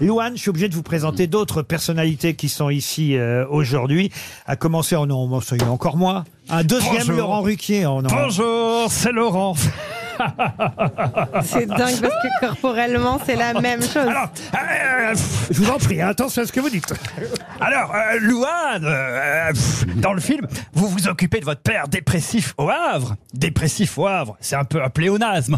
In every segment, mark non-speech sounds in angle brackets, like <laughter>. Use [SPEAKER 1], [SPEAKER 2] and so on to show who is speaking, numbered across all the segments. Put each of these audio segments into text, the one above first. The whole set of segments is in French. [SPEAKER 1] Louane, je suis obligé de vous présenter d'autres personnalités qui sont ici euh, aujourd'hui. À commencer, oh non, il y en a encore moins. Un deuxième
[SPEAKER 2] Bonjour.
[SPEAKER 1] Laurent Ruquier. oh non.
[SPEAKER 2] Bonjour, c'est Laurent.
[SPEAKER 3] C'est dingue parce que corporellement, c'est la même chose.
[SPEAKER 2] Alors, euh, pff,
[SPEAKER 1] Je vous en prie, hein, attention à ce que vous dites.
[SPEAKER 2] alors euh, Louane, euh, pff, dans le film, vous vous occupez de votre père dépressif au Havre. Dépressif au Havre, c'est un peu un pléonasme.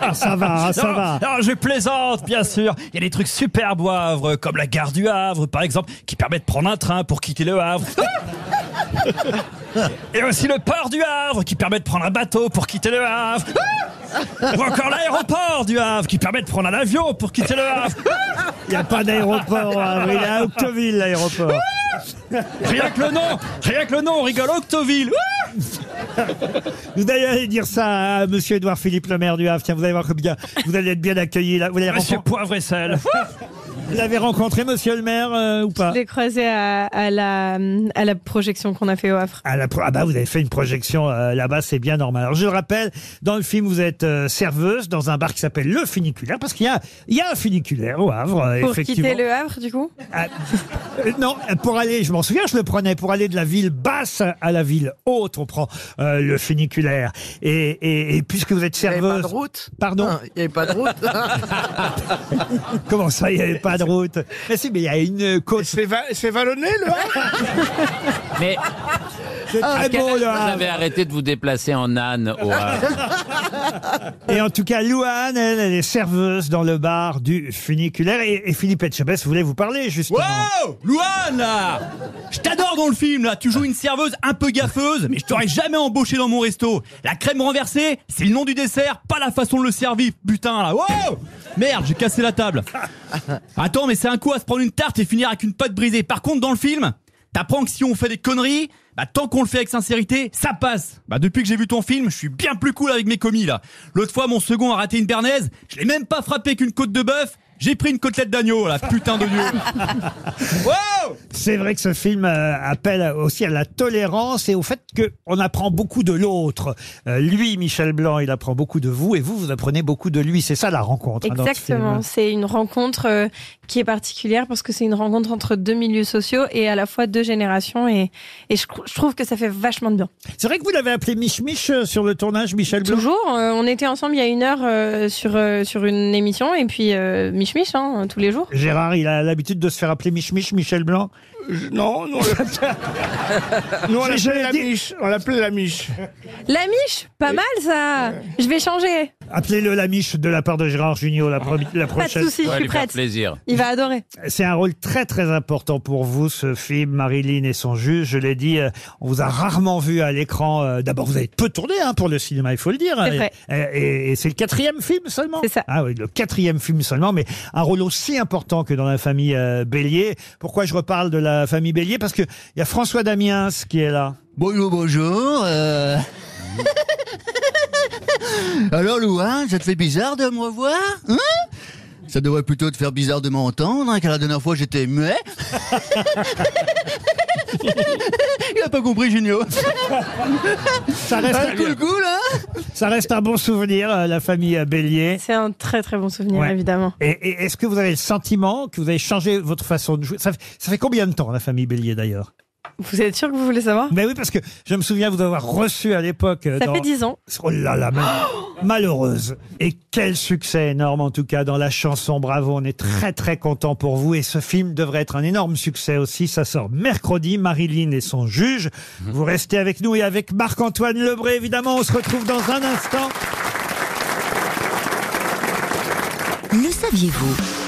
[SPEAKER 2] Ah,
[SPEAKER 1] Ça va, hein, ça
[SPEAKER 2] non,
[SPEAKER 1] va.
[SPEAKER 2] non, je plaisante, bien sûr. Il y a des trucs superbes au Havre, comme la gare du Havre, par exemple, qui permet de prendre un train pour quitter le
[SPEAKER 1] <laughs>
[SPEAKER 2] Havre. Et aussi le port du Havre, qui permet de prendre un bateau pour quitter le Havre. Ou encore l'aéroport du Havre, qui permet de prendre un avion pour quitter le Havre.
[SPEAKER 1] Il n'y a pas d'aéroport. hein, Il est à Octeville, l'aéroport.
[SPEAKER 2] Rien que le nom, rien que le nom, on rigole Octoville. Ah
[SPEAKER 1] Vous allez aller dire ça à Monsieur Édouard Philippe, le maire du Havre. Tiens, vous allez voir que bien, vous allez être bien accueilli. Là. Vous, l'avez
[SPEAKER 2] Monsieur
[SPEAKER 1] rencontré,
[SPEAKER 2] Poivre et Sel. Ah
[SPEAKER 1] vous l'avez rencontré, Monsieur le maire, euh, ou pas
[SPEAKER 3] Je l'ai croisé à, à la, à la projection qu'on a fait au Havre.
[SPEAKER 1] À la pro- ah bah vous avez fait une projection euh, là-bas, c'est bien normal. Alors je le rappelle, dans le film vous êtes euh, serveuse dans un bar qui s'appelle Le Funiculaire parce qu'il y a il y a un funiculaire au Havre euh,
[SPEAKER 3] Pour
[SPEAKER 1] effectivement.
[SPEAKER 3] quitter le Havre, du coup
[SPEAKER 1] Ah, euh, non, pour aller, je m'en souviens, je le prenais pour aller de la ville basse à la ville haute, on prend euh, le funiculaire. Et, et- et puisque vous êtes
[SPEAKER 4] Il n'y avait pas de
[SPEAKER 1] serveuse,
[SPEAKER 4] route
[SPEAKER 1] Pardon
[SPEAKER 4] Hein, Il n'y avait pas de route
[SPEAKER 1] <laughs> comment ça, il n'y avait pas de route Mais si, mais il y a une côte.
[SPEAKER 5] C'est va- c'est vallonné, le Havre
[SPEAKER 6] Mais
[SPEAKER 1] C'est
[SPEAKER 6] à
[SPEAKER 3] Ah,
[SPEAKER 1] très
[SPEAKER 6] quel
[SPEAKER 1] beau,
[SPEAKER 6] âge
[SPEAKER 1] le
[SPEAKER 6] vous
[SPEAKER 1] Havre.
[SPEAKER 6] avez arrêté de vous déplacer en âne au Havre
[SPEAKER 1] Et en tout cas, Louane, elle, elle est serveuse dans le bar du funiculaire. Et, et Philippe Etchebest voulait vous parler, justement.
[SPEAKER 7] Wow Louane là Je t'adore dans le film là, tu joues une serveuse un peu gaffeuse, mais je t'aurais jamais embauché dans mon resto. La crème renversée, c'est le nom du dessert, pas la façon de le servir, putain là. Wow Merde, j'ai cassé la table. Attends, mais c'est un coup à se prendre une tarte et finir avec une pâte brisée. Par contre, dans le film, t'apprends que si on fait des conneries, bah, tant qu'on le fait avec sincérité, ça passe. Bah, depuis que j'ai vu ton film, je suis bien plus cool avec mes commis, là. L'autre fois, mon second a raté une bernaise, je l'ai même pas frappé qu'une côte de bœuf, j'ai pris une côtelette d'agneau, là, putain de dieu. wow!
[SPEAKER 1] C'est vrai que ce film euh, appelle aussi à la tolérance et au fait qu'on apprend beaucoup de l'autre. Euh, lui, Michel Blanc, il apprend beaucoup de vous et vous, vous apprenez beaucoup de lui. C'est ça la rencontre. hein, dans ce
[SPEAKER 3] Exactement.
[SPEAKER 1] film.
[SPEAKER 3] C'est une rencontre euh, qui est particulière parce que c'est une rencontre entre deux milieux sociaux et à la fois deux générations. Et, et je, cr- je trouve que ça fait vachement de bien.
[SPEAKER 1] C'est vrai que vous l'avez appelé Mich Mich euh, sur le tournage, Michel Blanc.
[SPEAKER 3] Toujours, euh, on était ensemble il y a une heure euh, sur, euh, sur une émission et puis euh, Mich Mich, hein, tous les jours.
[SPEAKER 1] Gérard, il a l'habitude de se faire appeler Mich Mich, Michel Blanc.
[SPEAKER 5] Je- Non, non. Nous, on
[SPEAKER 1] Je-
[SPEAKER 5] l'appelait la
[SPEAKER 1] je dis-
[SPEAKER 5] miche. On l'appelait la miche.
[SPEAKER 3] La Mich, pas mal ça Je vais changer.
[SPEAKER 1] Appelez-le la Mich de la part de Gérard Junior la,
[SPEAKER 5] Ah.
[SPEAKER 1] pro- la
[SPEAKER 3] Pas de
[SPEAKER 1] prochaine.
[SPEAKER 3] soucis, je
[SPEAKER 6] Ouais,
[SPEAKER 3] suis
[SPEAKER 6] lui faire
[SPEAKER 3] prête.
[SPEAKER 6] plaisir.
[SPEAKER 3] Il va adorer.
[SPEAKER 1] C'est un rôle très très important pour vous, ce film, Marilyn et son juge. Je l'ai dit, euh, on vous a rarement vu à l'écran. Euh, D'abord, vous avez peu tourné hein, pour le cinéma, il faut le dire.
[SPEAKER 3] C'est vrai.
[SPEAKER 1] Et, et- et c'est le quatrième film seulement.
[SPEAKER 3] C'est ça.
[SPEAKER 1] Ah oui, le quatrième film seulement, mais un rôle aussi important que dans la famille euh, Bélier. Pourquoi je reparle de la famille Bélier Parce que il y a François Damiens qui est là.
[SPEAKER 8] <laughs> Bonjour, bonjour. euh. Alors, Louane, ça te fait bizarre de me revoir hein Ça devrait plutôt te faire bizarre de m'entendre, hein, car la dernière fois
[SPEAKER 4] <laughs>
[SPEAKER 8] j'étais muet. Il a pas compris, Junio.
[SPEAKER 1] Ça reste,
[SPEAKER 8] Ah, cool, cool, hein
[SPEAKER 1] ça reste un bon souvenir, euh, la famille euh, Bélier.
[SPEAKER 3] C'est un très très bon souvenir,
[SPEAKER 1] Ouais.
[SPEAKER 3] évidemment.
[SPEAKER 1] Et, et est-ce que vous avez le sentiment que vous avez changé votre façon de jouer ça, fait- ça fait combien de temps, la famille Bélier, d'ailleurs
[SPEAKER 3] Vous êtes sûr que vous voulez savoir
[SPEAKER 1] Mais oui, parce que je me souviens vous avoir reçu à l'époque. euh,
[SPEAKER 3] Ça
[SPEAKER 1] dans-
[SPEAKER 3] fait 10 ans.
[SPEAKER 1] Oh là là, mal- malheureuse. Et quel succès énorme en tout cas dans la chanson. Bravo, on est très très content pour vous. Et ce film devrait être un énorme succès aussi. Ça sort mercredi. Marilyn et son juge. Vous restez avec nous et avec Marc-Antoine Lebré. Évidemment, on se retrouve dans un instant.
[SPEAKER 9] Le saviez-vous